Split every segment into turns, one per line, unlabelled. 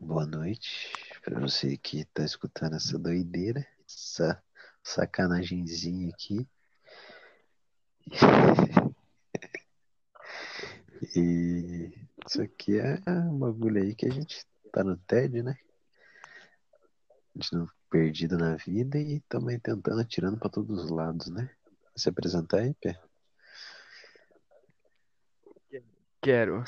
Boa noite para você que tá escutando essa doideira, essa sacanagemzinha aqui. E isso aqui é um bagulho aí que a gente tá no tédio, né? A gente não perdido na vida e também tentando, atirando para todos os lados, né? Vai se apresentar aí, Pé?
Quero.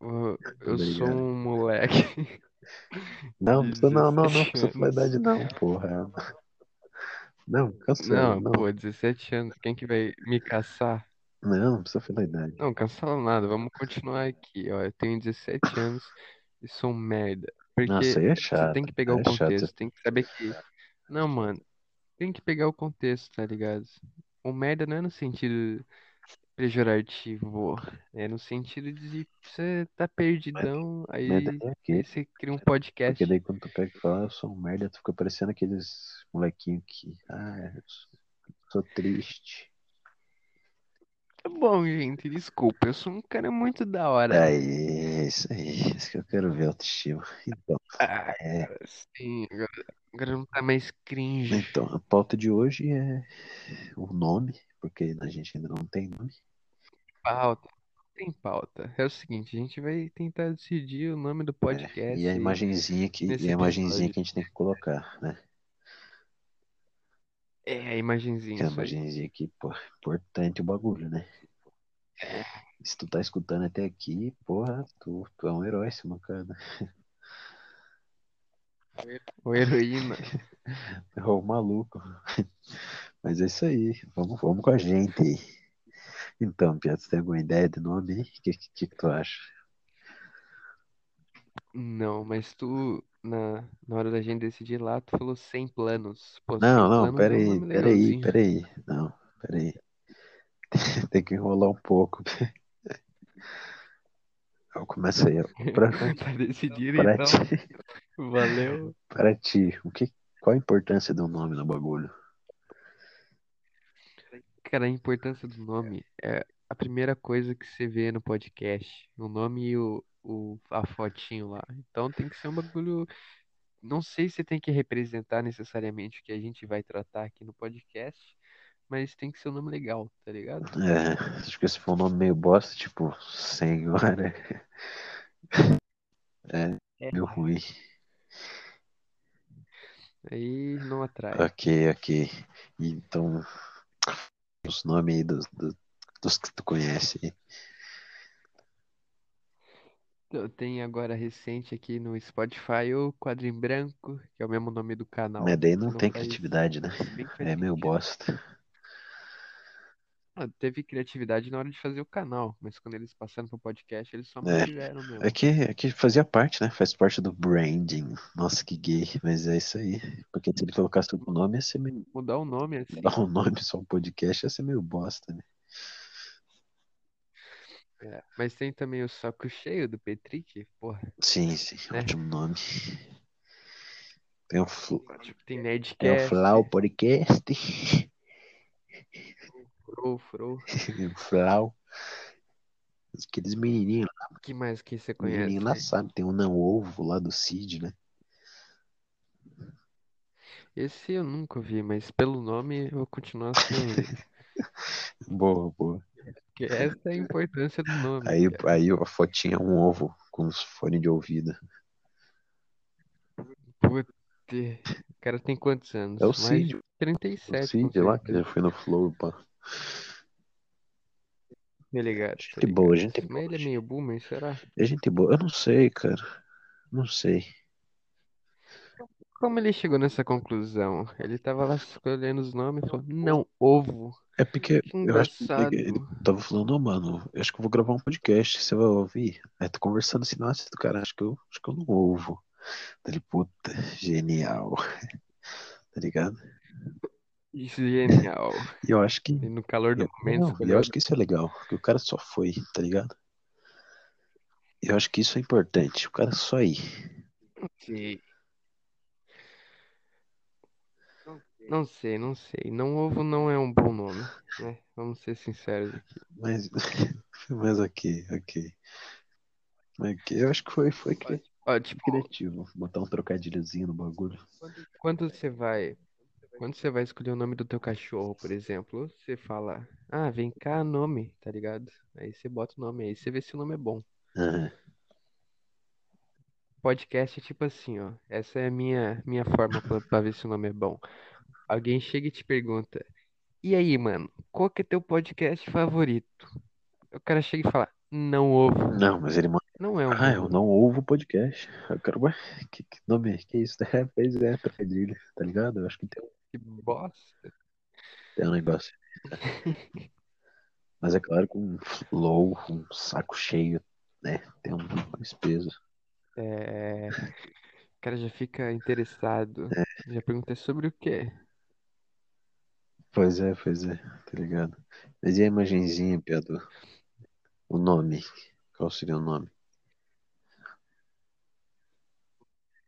Ô, Eu sou
Obrigado.
um moleque
Não,
de
precisa, não, não, não,
17
precisa falar a
anos.
idade não, porra. Não, cancela,
Não,
não.
pô, 17 anos, quem que vai me caçar?
Não, não precisa falar a idade.
Não, cancela nada, vamos continuar aqui, ó. Eu tenho 17 anos e sou um merda.
Nossa,
Porque
aí é
você tem
chato,
que pegar
aí
o
é chato.
contexto, tem que saber que. Não, mano, tem que pegar o contexto, tá ligado? O merda não é no sentido pejorativo, é no sentido de você tá
Mas
perdidão,
merda
aí,
é
aí
aquele.
você cria um
Porque
podcast.
daí quando tu pega e fala, eu sou um merda, tu fica parecendo aqueles molequinhos que, ah, eu sou, sou triste.
Tá Bom, gente, desculpa, eu sou um cara muito da hora.
É, Aí, isso aí, isso que eu quero ver autoestima. Então,
Ah,
é,
cara, sim, agora, agora não tá mais cringe.
então, a pauta de hoje é o nome, porque a gente ainda não tem nome.
Pauta, tem pauta. É o seguinte, a gente vai tentar decidir o nome
É,
do
e a
podcast aí
imagenzinha que, e
nesse
a imagenzinha
episódio.
que a gente tem que colocar, né?
É, a
Que
imagenzinha,
é a
isso aí.
imagenzinha que, pô, importante o bagulho, né?
É,
Se tu tá escutando até aqui, porra, tu, tu é um herói, seu mancada.
ou heroína.
É um maluco. Mas é isso aí, vamos, vamos com a gente aí. Então, Piá, você tem alguma ideia de nome aí? O que, que, que tu acha?
Não, mas tu, na, na hora da gente decidir lá, tu falou 100 planos. Pô, 100
Não, não,
planos é um
peraí,
nome
peraí,
legalzinho.
peraí. Não, peraí. Tem que enrolar um pouco. Eu começo aí. ó. Pra,
Tá decidido
pra
então.
ti,
Valeu.
pra ti, o que, qual a importância do nome no bagulho?
Cara, a importância do nome é a primeira coisa que você vê no podcast. O nome e o, o, a fotinho lá. Então tem que ser um bagulho. Não sei se tem que representar necessariamente o que a gente vai tratar aqui no podcast, mas tem que ser um nome legal, tá ligado?
É, acho que se for um nome meio bosta, tipo, senhora, é
É.
meio ruim.
Aí não atrai.
Ok, ok. Então, os nomes aí dos, dos, dos que tu conhece aí.
Eu tenho agora recente aqui no Spotify o Quadro em Branco, que é o mesmo nome do
Mas
canal.
daí não
Não
tem
faz.
criatividade, né?
Nem faz
É meio
sentido.
bosta.
Ah, Teve criatividade na hora de fazer o canal, mas quando eles passaram pro podcast, eles só
É,
mantiveram
é
mesmo.
que, é que fazia parte, né? Faz parte do branding. Nossa, que gay, mas é isso aí. Porque se ele colocasse o nome, ia ser meio.
Mudar o nome
Dar
assim.
um nome só um podcast ia ser meio bosta, né?
é. Mas tem também o Saco Cheio do Petri, que, porra,
Sim, sim,
né?
ótimo nome. Tem o, Fl-
Tipo, tem
tem é. o
Nerdcast,
Flau Podcast.
Fro, Fro.
Tem o Flau. Aqueles menininhos,
Que mais que você
menininho lá
conhece?
sabe. Tem o Não Ovo lá do Cid, né?
Esse eu nunca ouvi, mas pelo nome eu vou continuar sem ouvir.
Boa, boa.
Porque essa é a importância do nome,
Aí,
cara.
aí a fotinha é um ovo com os fones de ouvido.
Puta. O cara tem quantos
É o
anos? Mais
Cid,
de
o
37, com
Cid lá que já
certeza.
foi no Flow, pá.
Tô ligado,
é
tô
Gente boa,
ligado.
gente boa.
Mas ele é meio boomer, será?
É gente boa. Eu não sei, cara. Não sei.
Como ele chegou nessa conclusão? Ele tava lá escolhendo os nomes e falou: Não, ovo.
É porque
Que
eu acho que ele ele
engraçado.
tava falando, "Ô, mano, eu acho que eu vou gravar um podcast, você vai ouvir? Aí tô conversando assim, nossa, do cara, acho que eu, acho que eu não ouvo. Daí Ele, puta, genial, tá ligado?
Isso é genial.
E eu acho que.
E no calor do
eu-
momento
não, e eu
escolheu.
acho que isso é legal, porque o cara só foi, tá ligado? Eu acho que isso é importante, o cara só ir.
Sim. Não sei, não sei. Não ovo não é um bom nome, né? Vamos ser sinceros aqui.
Mas, mas ok, ok. Ok, eu acho que foi, foi
Ó, tipo,
Criativo. Botar um trocadilhozinho no bagulho.
quando você vai, quando você vai escolher o nome do teu cachorro, por exemplo, você fala, ah, vem cá, nome, tá ligado? Aí você bota o nome aí, você vê se o nome é bom.
Ah,
Podcast é tipo assim, ó. Essa é a minha minha forma pra, pra ver se o nome é bom. Alguém chega e te pergunta, e aí, mano, qual que é teu podcast favorito? O cara chega e fala, não ovo.
Não, mas ele manda.
Não é um
Ah, eu
ovo.
não ouvo podcast. Eu quero. Ué, que, que nome? Que isso? É, pois é, trocadilho, tá ligado? Eu acho que tem um,
Que bosta.
tem um negócio. Mas é claro que um flow, um saco cheio, né? Tem um, mais peso.
É, o cara já fica interessado. Já pergunta "É sobre o quê?
Pois é, pois é, tá ligado? Mas e a imagenzinha, Pedro? O nome? Qual seria o nome?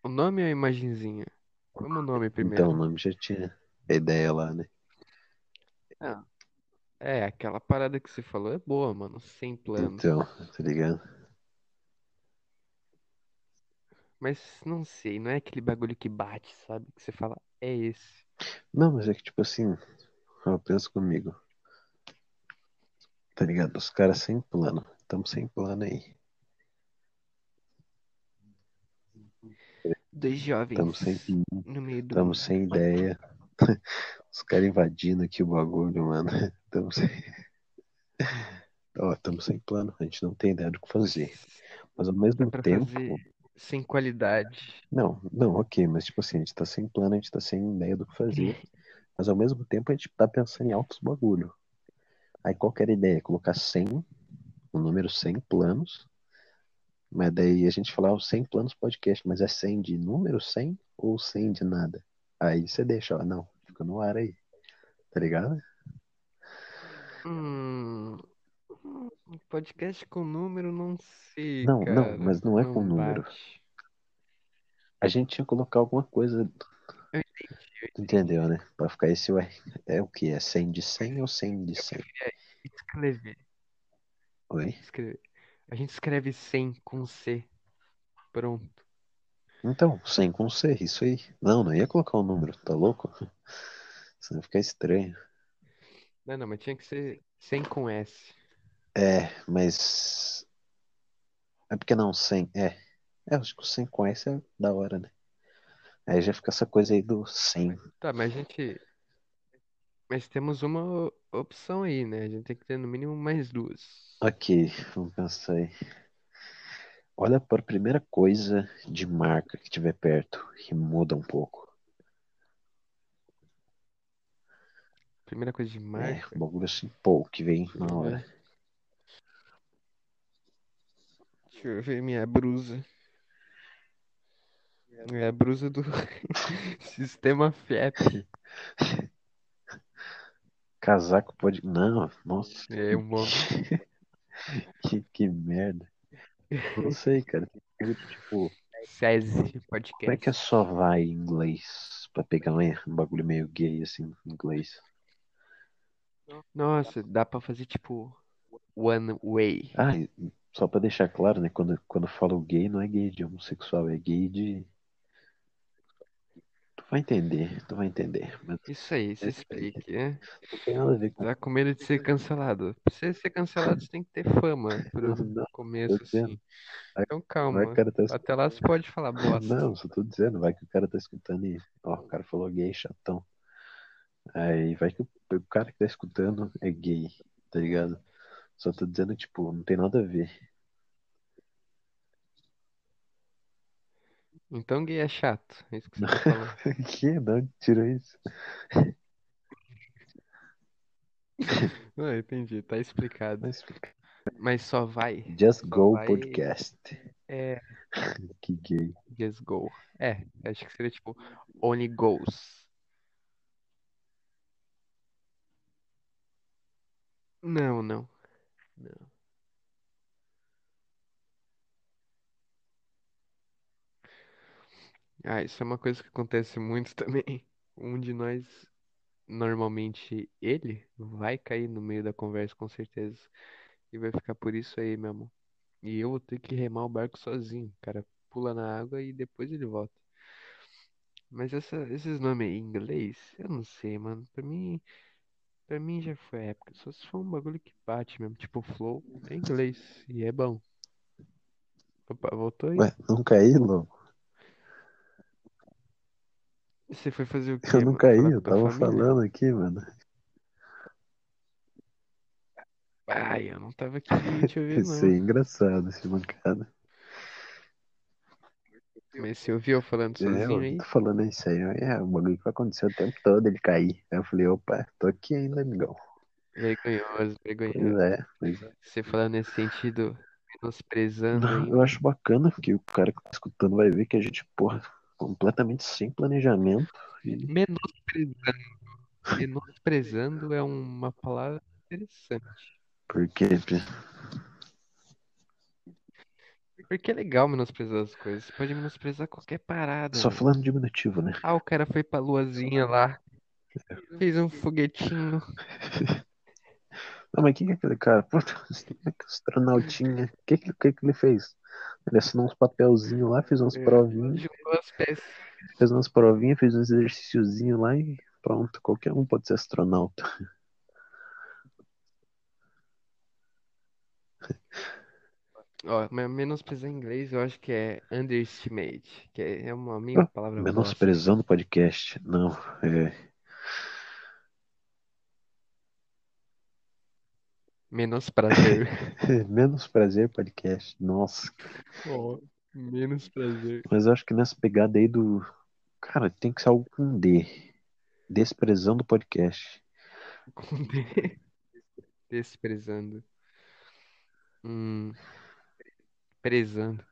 O nome ou a imagenzinha? Vamos o nome
Então, o
primeiro.
nome já tinha a ideia lá, né?
Ah, é, aquela parada que você falou é boa, mano. Sem plano.
Então, tá ligado?
Mas não sei, não é aquele bagulho que bate, sabe? Que você fala, é esse.
Não, mas é que, tipo assim, ó, pensa comigo, tá ligado? Os caras sem plano. Tamo sem plano aí.
Dois
Tamo sem,
jovens no meio do
tamo sem ideia. Os caras invadindo aqui o bagulho, mano. Tamo sem, ó, tamo sem plano. A gente não tem ideia do que fazer. Mas ao
Dá
mesmo
pra
tempo,
fazer sem qualidade.
Não, não, ok, mas tipo assim, a gente tá sem plano, a gente tá sem ideia do que fazer, mas ao mesmo tempo a gente tá pensando em altos bagulho. Aí qual que era a ideia? Colocar 100, o número 100 planos, mas daí a gente falava 100 planos podcast, mas é 100 de número 100 ou 100 de nada? Aí você deixa, ó, não, fica no ar aí, tá ligado?
Hum, hum, podcast com número, não sei,
Não, não,
cara.
mas não é
Não
com número.
bate.
A gente tinha que colocar alguma coisa,
Eu entendi.
entendeu, né? Pra ficar esse, ué, é o que? É 100 de 100 ou 100 de 100?
Escrever.
Oi?
Escrever. A gente escreve 100 com C. Pronto.
Então, 100 com C, isso aí. Não, não ia colocar o número, tá louco? Senão fica estranho.
Não, não, mas tinha que ser 100 com S.
É, mas. É porque não, 100, é. É, acho que o 100 com S é da hora, né? Aí já fica essa coisa aí do 100.
Tá, mas a gente. Mas temos uma o- opção aí, né? A gente tem que ter no mínimo mais duas.
Ok, vamos pensar aí. Olha para a primeira coisa de marca que tiver perto e muda um pouco.
Primeira coisa de
É, um
marca.
bagulho assim, pô, que vem
Deixa
na
eu
hora.
ver. Deixa eu ver minha brusa. É a brusa do Sistema FEP.
Casaco pode. Não, nossa,
É um bom.
que, que merda. Não sei, cara. Tem coisa que, tipo.
SESI
Como é que é
Podcast.
só vai em inglês pra pegar um um bagulho meio gay assim, em inglês?
Nossa, dá pra fazer tipo One Way.
Ah, e só pra deixar claro, né? Quando, quando eu falo gay, não é gay de homossexual, é gay de. Tu vai entender, tu vai entender. Mas
Isso aí, se
é isso aí.
explique, né?
Não tem nada a ver com.
Tá com medo de ser cancelado. Pra você ser cancelado, você tem que ter fama pro
Não, tô
começo,
dizendo.
assim.
Vai,
Então
vai que o
calma.
cara tá
Até lá você
escutando.
pode falar bosta.
Não, só tô dizendo, vai que o cara tá escutando e. Ó, o cara falou gay, chatão. Aí vai que o, o cara que tá escutando é gay, tá ligado? Só tô dizendo, tipo, não tem nada a ver.
Então gay é chato. É isso que você tá falando.
Que? Não, tirou isso.
Ah, entendi, tá explicado.
Mas
Mas só vai.
Just
Só
Go
vai.
Podcast.
É.
Que gay.
Just go. É, acho que seria tipo Only Goes. Não, não. Não. Ah, isso é uma coisa que acontece muito também. Um de nós, normalmente ele, vai cair no meio da conversa com certeza. E vai ficar por isso aí mesmo. E eu vou ter que remar o barco sozinho, cara. pula na água e depois ele volta. Mas essa, esses nomes aí em inglês, eu não sei, mano. Pra mim, pra mim já foi a época. Só se for um bagulho que bate mesmo, tipo flow, é inglês e é bom. Opa, voltou aí?
Ué, não caí, Lobo?
Você foi fazer o quê,
Eu não
mano?
caí,
Falar com
eu
tua
tava
família?
falando aqui, mano.
Ai, eu não tava aqui te ouvindo,
Isso é
não.
engraçado, esse mancada.
Mas você ouviu eu falando
É,
sozinho
eu
aí?
tô falando isso aí, é o bagulho que vai acontecer o tempo todo, ele cair. Aí eu falei, opa, tô aqui ainda, amigão.
Vergonhoso,
Pois
vergonhoso.
é, pois é.
Você falando nesse sentido, menosprezando
Não, eu
ainda.
acho bacana, porque o cara que tá escutando vai ver que a gente, porra, completamente sem planejamento. E
Menosprezando. Menosprezando é uma palavra interessante.
porque,
Porque é legal menosprezar as coisas. Você pode menosprezar qualquer parada,
só
velho.
falando diminutivo, né?
Ah, o cara foi pra luazinha lá, fez um foguetinho.
Não, mas quem que é aquele cara? Puta, que astronautinha. O que, que, que que ele fez? Ele assinou uns papelzinhos lá, fez umas
É,
provinhas.
Juntou as peças.
Fez umas provinhas, fez uns exercíciozinhos lá e pronto, qualquer um pode ser astronauta.
Ó, mas menosprezar em inglês eu acho que é underestimate, que é é uma meio
Ah,
palavra bosta.
Menosprezando o podcast, não. É,
Menos prazer.
menos prazer podcast, nossa.
Ó, menos prazer.
Mas eu acho que nessa pegada aí do. Cara, tem que ser algo com D. Desprezando o podcast.
Com D. Desprezando. Hum, prezando.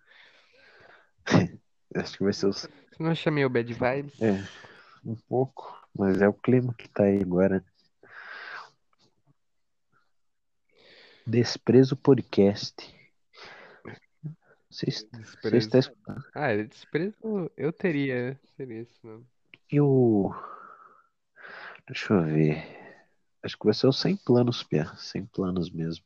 Acho que vai ser os-
Você não acha meio bad vibes?
é, um pouco, mas é o clima que tá aí agora. Desprezo podcast. Você est- você está
Desprezo.
tá escutando?
Ah, é desprezo eu teria. Seria isso, né? não.
E o. Deixa eu ver. Acho que vai ser os 100 planos, Pia. 100 planos mesmo.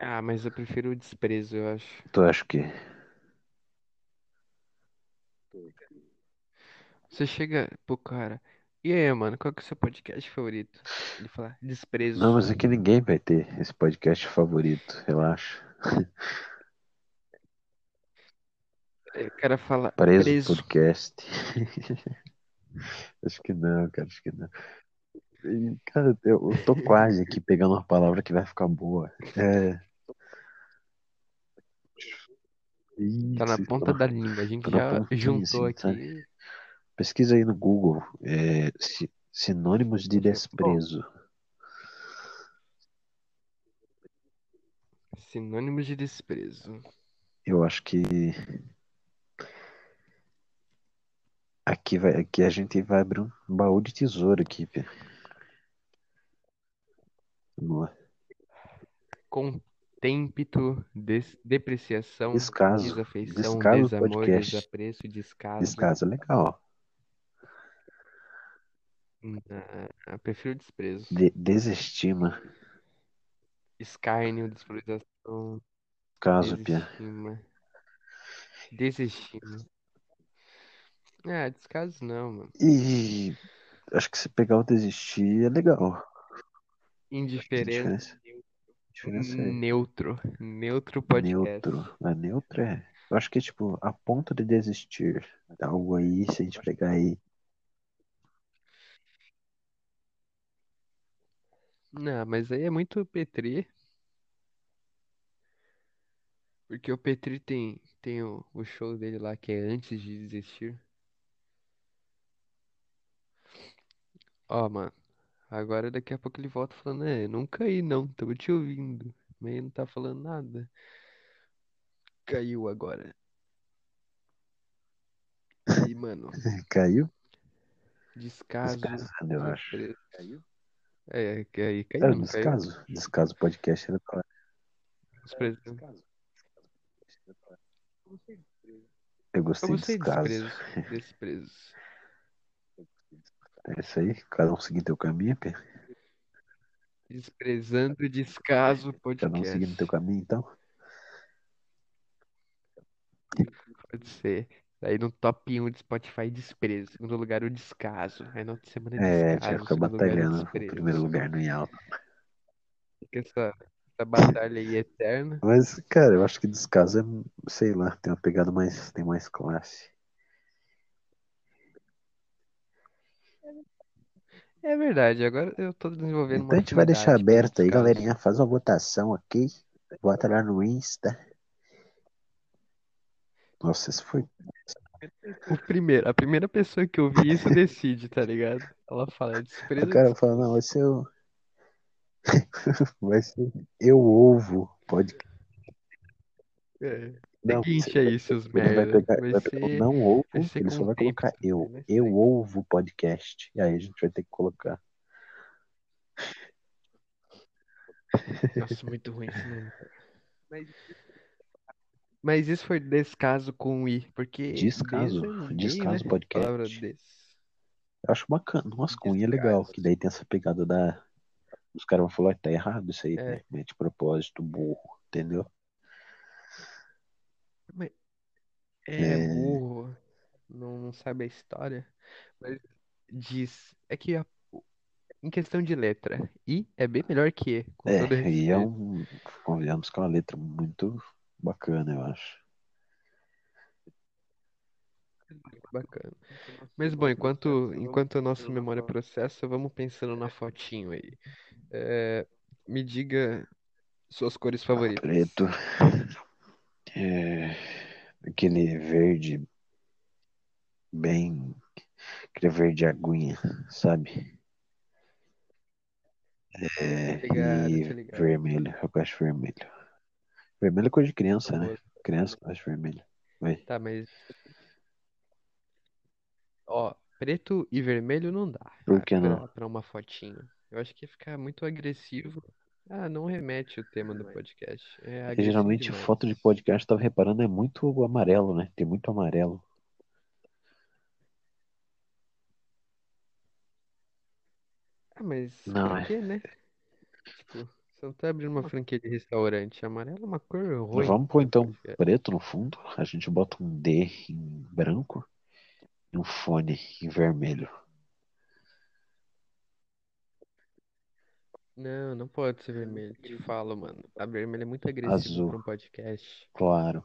Ah, mas eu prefiro o desprezo, eu acho.
Tu acho que.
Você chega pro cara. E aí, mano, qual que é o seu podcast favorito? Ele fala,
Não,
desprezo.
mas aqui ninguém vai ter esse podcast favorito, relaxa.
Aí o cara fala,
Preso
preso.
podcast. Acho que não, cara, acho que não. E, Cara, eu, eu tô quase aqui pegando uma palavra que vai ficar boa. É.
Tá na
Isso, tô
ponta
na,
da língua. A gente
tô na
já
pontinha,
juntou
assim, sabe?
aqui.
Pesquisa aí no Google, é, si- sinônimos de
Achei. Bom,
desprezo.
sinônimo de desprezo.
Eu acho que aqui, vai, aqui a gente vai abrir um baú de tesouro aqui, Pia. Vamos lá.
Contempto, des- depreciação,
Descaso.
desafeição,
Descaso
desamor,
podcast.
desapreço, descaso.
Descaso é legal.
Hum, ah, ah, prefiro desprezo.
De- desestima.
Escárnio, desvalorização,
Caso, Pia.
desestima, desestima. Ah, descaso não, mano.
E acho que se pegar o desistir é legal. Acho que a
Indiferença,
diferença, a diferença é
neutro, neutro um podcast.
neutro. A neutra é. Eu acho que é tipo a ponto de desistir. Algo aí, se a gente pegar aí.
Não, mas aí é muito Petri, porque o Petri tem, tem o, o show dele lá que é antes de desistir. Ó, mano, agora daqui a pouco ele volta falando, é, não caí não, tava te ouvindo, mas ele não tá falando nada. Caiu agora. E, mano,
Caiu?
descaso,
Descasado, eu acho.
desprezo. É, que aí
Era
caiu, não caiu?
descaso? Descaso podcast era pra.
Desprezo.
Eu
Eu
gostei de
gostei de
descaso.
desprezo, desprezo.
É isso aí, cada um seguindo teu caminho, Pia.
Desprezando descaso
Cada um seguindo teu
podcast.
caminho, então.
Pode ser. Aí no top 1 de Spotify, desprezo. Segundo lugar, o descaso. Aí na outra semana, é
É, tinha que
descaso.
ficar
No segundo lugar, é
batalhando o
desprezo.
primeiro lugar no Yelp.
Fica Essa, essa batalha aí é eterna.
Mas, cara, eu acho que descaso é, sei lá, tem uma pegada mais, tem mais classe.
É verdade, agora eu tô desenvolvendo uma
Então a gente vai deixar
afinidade pelo
aberto aí,
descaso.
galerinha. Faz uma votação aqui. Bota lá no Insta. Nossa, isso foi.
O primeiro, a primeira pessoa que ouvir isso decide, tá ligado? Ela fala,
O
desprezo ou
cara fala, não,
descaso?
vai ser o. Vai ser Eu Ovo. Pode.
É.
Não, você-
Seguinte aí, seus
ele vai
merda.
pegar,
Vai
vai pegar o
ser,
não
vai
ovo,
ser
ele
com
só
o
vai
tempo
colocar
isso
eu.
aí, vai
Eu
sair.
Ovo Podcast. E aí a gente vai ter que colocar.
Nossa, muito ruim esse nome. Mas, mas isso foi descaso com o I, porque des
Descaso.
é no meio, né?
Descaso
A palavra
Podcast.
des.
Eu acho bacana. Nossa, cunha é legal.
Descaso.
Que daí tem essa pegada da. Os caras vão falar, tá errado isso aí, né?
É,
Mete propósito, burro, entendeu?
mas- é
É,
burro, não, não sabe a história, mas diz. É que a- em questão de letra, I é bem melhor que E, com todo
é, e é
respeito.
um. Convenhamos que é uma letra muito bacana, eu acho. um
Bacana. Mas bom, enquanto, enquanto a nossa memória processa, vamos pensando na fotinho aí. É, me diga suas cores
Ah,
favoritas.
preto. É, aquele verde bem. Aquele verde aguinha, sabe?
Tô
É,
ligado, tô
e
ligado.
vermelho, eu gosto de vermelho. Vermelho é coisa de criança, né?
Famoso.
Criança gosta de vermelho. Vai.
Tá, mas ó, preto e vermelho não dá
Por que não?
pra, pra uma fotinho. Eu acho que ia ficar muito agressivo. Ah, não remete o tema do podcast. É
Porque
agressivo
geralmente
demais.
foto de podcast, eu tava reparando, é muito amarelo, né? Tem muito amarelo.
Ah, mas pra
Não, é. Ah.
quê, né? Tipo, você não tá abrindo uma franquia de restaurante. Amarelo é uma cor ruim
Vamos pôr
pra
então
podcast.
preto no fundo. A gente bota um D em branco e um fone em vermelho.
Não, não pode ser vermelho. Te falo, mano. A vermelha é muito agressivo
Azul,
pra um podcast.
claro.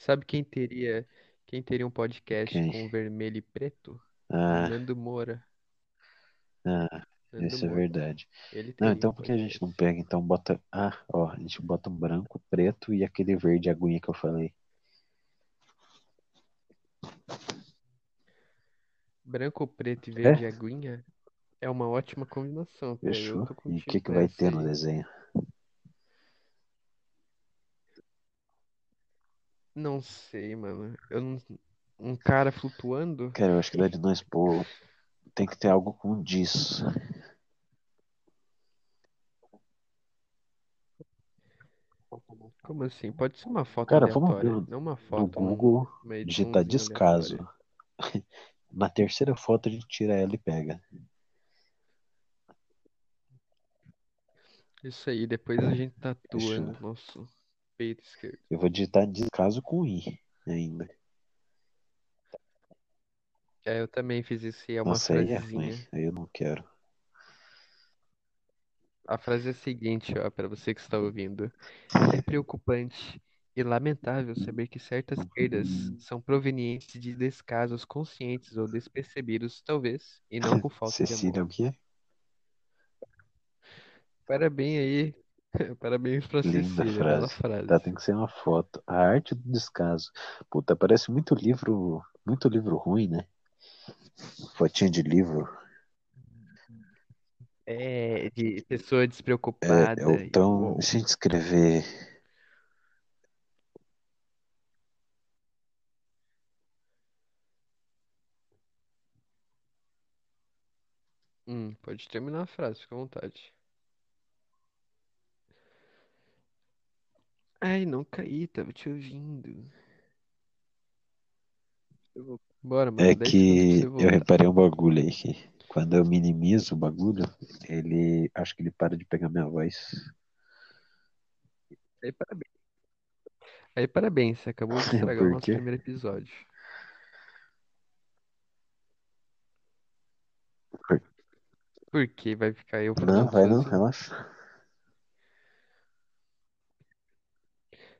Sabe quem teria, quem teria um podcast
Quem?
com vermelho e preto?
Ah,
Nando Moura.
ah,
Nando
isso é
Moura.
verdade.
Ele
Não,
teria um
então por que a gente não
podcast.
pega? Então bota. Ah, ó, a gente bota um branco, preto e aquele verde aguinha que eu falei.
Branco, preto e
É?
verde aguinha é uma ótima combinação, cara. É, Eu
Fechou. E
tô
o que
contigo
que vai
nessa
ter no
aí.
desenho?
Não sei, mano. Eu não... Um cara flutuando?
Cara, eu acho que dá de nós, pô, tem que ter algo com disso.
Como assim? Pode ser uma foto
Cara, vamos abrir
aleatória. Não uma
no
foto, um...
Google,
uma
digitar
ediçãozinha
descaso.
aleatória.
Na terceira foto a gente tira ela e pega.
Isso aí, depois a gente tatua
Fechou.
no nosso peito esquerdo.
Eu vou digitar descaso com I ainda.
É, eu também fiz isso e é uma
Nossa, aí é ruim.
frasezinha.
Aí eu não quero.
A frase é a seguinte, ó, para você que está ouvindo. É preocupante e lamentável saber que certas perdas são provenientes de descasos conscientes ou despercebidos, talvez, e não por falta de
Cecília,
amor.
o quê?
Parabéns aí, parabéns pra
Linda
Cecília, bela
frase. Tá,
frase.
tem que ser uma foto. A arte do descaso. Puta, parece muito livro, muito livro ruim, né? Fotinha de livro.
É, de pessoa
É, é o
despreocupada. e-
tão.
Uou.
Deixa a gente escrever.
Hum, pode terminar a frase, fica à vontade. Ai, não caí, tava te ouvindo. Eu vou-
É
Bora, mano, 10 segundos pra você
que eu
voltar.
reparei um bagulho aí que quando eu minimizo o bagulho, ele acho que ele para de pegar minha voz.
Aí, parabéns. Aí parabéns, você
É
acabou de estragar o
Por
nosso
quê?
primeiro episódio.
Por-
Porque vai ficar eu
Não,
falando assim?
vai não,
sozinho.
relaxa.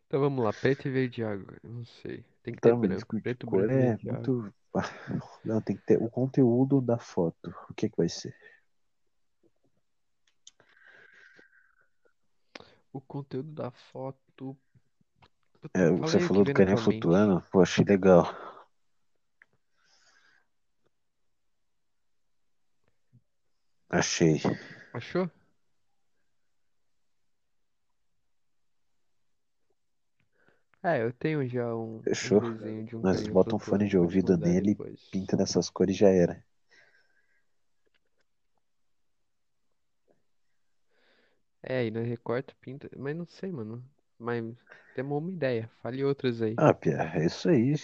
Então vamos lá, preto e verde água. Não sei. Tem que ter
Então,
branco.
discutir
Preto,
cor
branco e
é
verde água.
muito. Ah, Não, tem que ter o conteúdo da foto. O que que vai ser?
O conteúdo da foto.
É, você
Falei o que
falou do
vem na
carinha
tua mente.
flutuando, pô, achei legal. Achei.
Achou? É, eu tenho já um, um
Fechou?
desenho de um
Nós
carinha
bota um fone
flutuando
de
pra te
ouvido
mandar
nele,
depois.
pinta dessas cores e já era.
É, e nós recorta, pinta. Mas não sei, mano. Mas temos uma ideia. Fale outras aí.
Ah, Pia, é isso aí.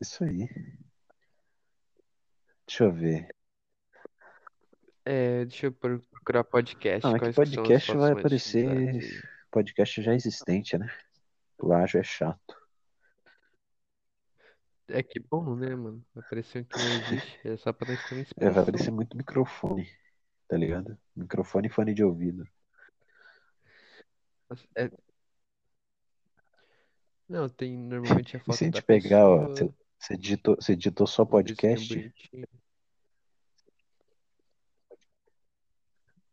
Isso aí. Deixa eu ver.
É, deixa eu procurar
Não,
podcast.
é que
Quais que são as
podcast
fotos
vai
mais utilizadas
aparecer
aí?
podcast já existente, né? Plágio é chato.
É que bom, né, mano? Apareceu que não existe. É só pra nós
É,
ter uma
vai
inspiração.
aparecer muito microfone, tá ligado? Microfone e fone de ouvido.
Mas é- não, tem normalmente a
E se a
foto
gente
da
pegar, ó, você
pessoa,
você digitou, você digitou só
um desenho
podcast?
bonitinho.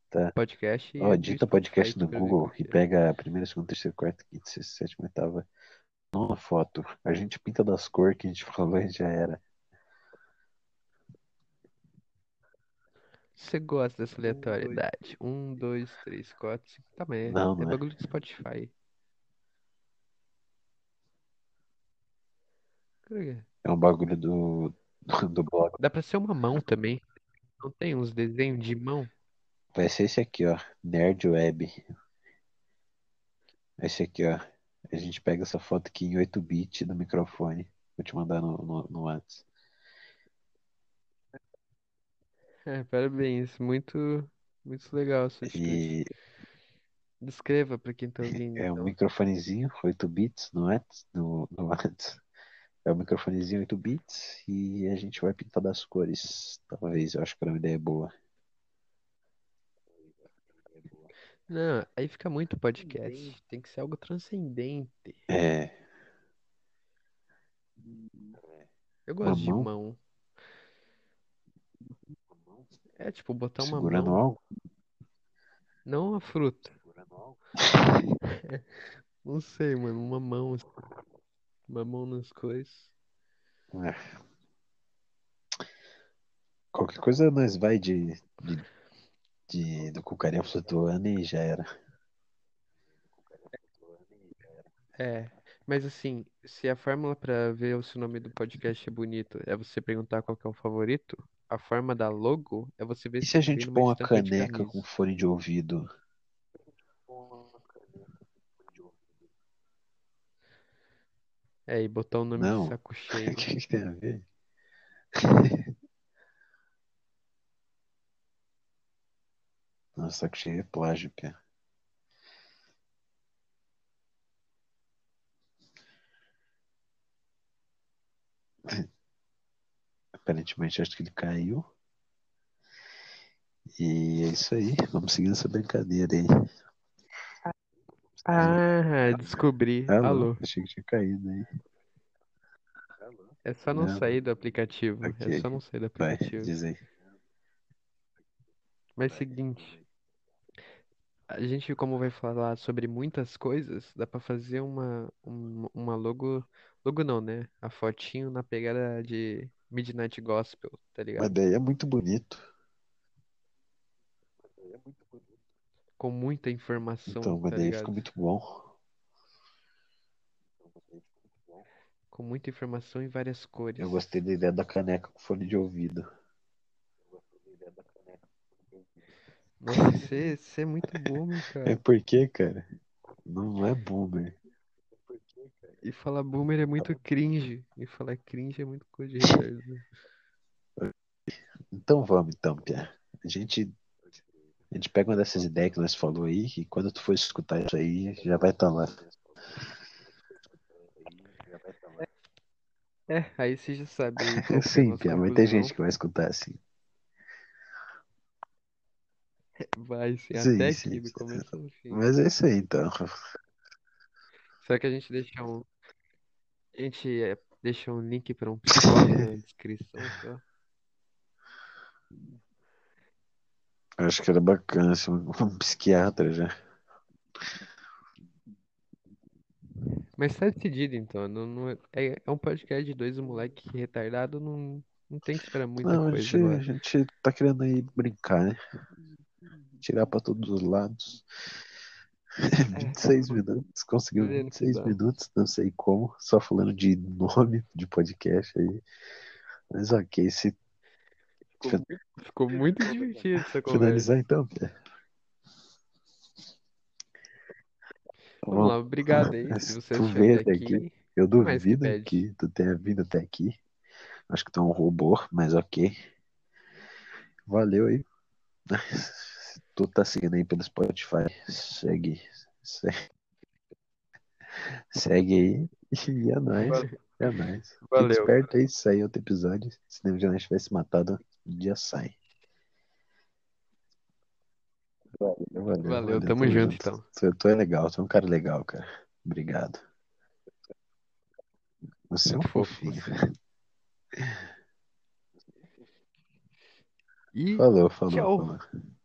Tá.
Podcast
Ó,
e do
digita
Spotify
podcast
aqui
no
pra ver qual
Google e
que é.
pega a primeira, segunda, terceira, quarta, quinta, sexta, sétima, oitava, nona foto. A gente pinta das cores que a gente falou e já era.
Você gosta dessa
Um, dois.
aleatoriedade? Um, dois, três, quatro, cinco. Tá, mas é,
Não,
é
não é.
bagulho do Spotify. Por quê?
É um bagulho do, do, do blog.
Dá pra ser uma mão também. Não tem uns desenhos de mão?
Vai ser esse aqui, ó. Nerd Web. Esse aqui, ó. A gente pega essa foto aqui em 8-bit do microfone. Vou te mandar no, no, no WhatsApp.
É, parabéns. Muito, muito legal a sua atitude.
E
Descreva pra quem tá ouvindo,
é um
então.
microfonezinho 8 bits no Whats, no, no Whats. É um microfonezinho 8 bits e a gente vai pintar das cores. Talvez, eu acho que era uma ideia boa.
Não, aí fica muito podcast. Tem que ser algo transcendente.
É, uma
Eu gosto de
mão
mão. É tipo botar uma
segurando
mão,
algo.
não uma fruta. Não sei, mano, uma mão, assim, uma mão nas coisas.
É, Qualquer coisa nós vai de, de, de do cucarinha flutuando e já era.
É, mas assim, se a fórmula pra ver se o nome do podcast é bonito é você perguntar qual que é o favorito, a forma da logo é você ver
E
se
se a
ele vem
gente
numa
põe uma
estampa de
caneca com
camisa.
fone de ouvido?
É, e botar o nome de
Não.
saco
O
cheio.
que que tem a ver? Nossa, saco cheio é plágio, cara. Aparentemente, acho que ele caiu. E é isso aí. Vamos seguir essa brincadeira aí.
Ah, descobri.
Ah, não.
Alô.
Achei que tinha caído aí.
É só não
Não,
sair
não.
do aplicativo. É
Ok.
só não sair do
Vai,
aplicativo.
diz aí.
Mas seguinte, a gente, como vai falar sobre muitas coisas, dá pra fazer uma, um- uma logo. Logo não, né? A fotinho na pegada de Midnight Gospel, tá
Mas
ligado?
daí é muito bonito. é
Com muita informação,
Então, mas
tá
daí fica
ligado?
muito bom.
Com muita informação em várias
Eu
cores.
gostei da ideia da caneca com fone de ouvido.
Nossa, você é muito boomer,
É
cara.
porque, cara, não é boomer.
E falar boomer é muito cringe. E falar cringe é muito coisa de retardado.
Então vamos, então, Pia. A gente, a gente pega uma dessas tá ideias que nós falou aí e quando tu for escutar isso aí, já vai estar lá.
É, aí você já sabe aí qual que é a
Sim,
nossa
tem muita
conclusão.
gente que vai escutar assim.
Vai ser até
Sim,
aqui,
sim.
do começo ao fim.
Mas é isso aí, então.
Será que a gente deixa um, a gente eh, deixa um link pra um psicólogo na descrição só?
Acho que era bacana ser um, um psiquiatra já.
Mas tá decidido então, não, não é, é é um podcast de dois moleque retardado, não, não tem que esperar muita
Não, a
coisa
gente, a
agora.
gente tá querendo aí brincar, né? Tirar pra todos os lados.
É,
26 minutos, conseguiu
vendo que
26
dá.
minutos, não sei como, só falando de nome de podcast aí. Mas ok, se
Ficou muito, ficou muito divertido essa conversa.
finalizar então.
Vamos
Bom,
lá, obrigado aí, se
mas
você
tu
assistiu
vê
até
até aqui,
aqui,
eu
mais que
duvido
pede.
que tu tenha vindo até aqui. Acho que tu é um robô, mas ok. Valeu aí. Se tu tá seguindo aí pelo Spotify, segue, se- segue aí. E é nóis,
Valeu.
é nóis. Fica
Valeu.
esperto aí, se sair outro episódio. Se o Janete tivesse matado, já sai. Valeu, valeu,
Valeu,
valeu,
tamo
tamo
junto
junto.
então.
Tu, tu é legal, tu é um cara legal, cara. Obrigado. Você é um
Muito fofo
fofinho.
você. E
Falou, falou,
tchau.
falou.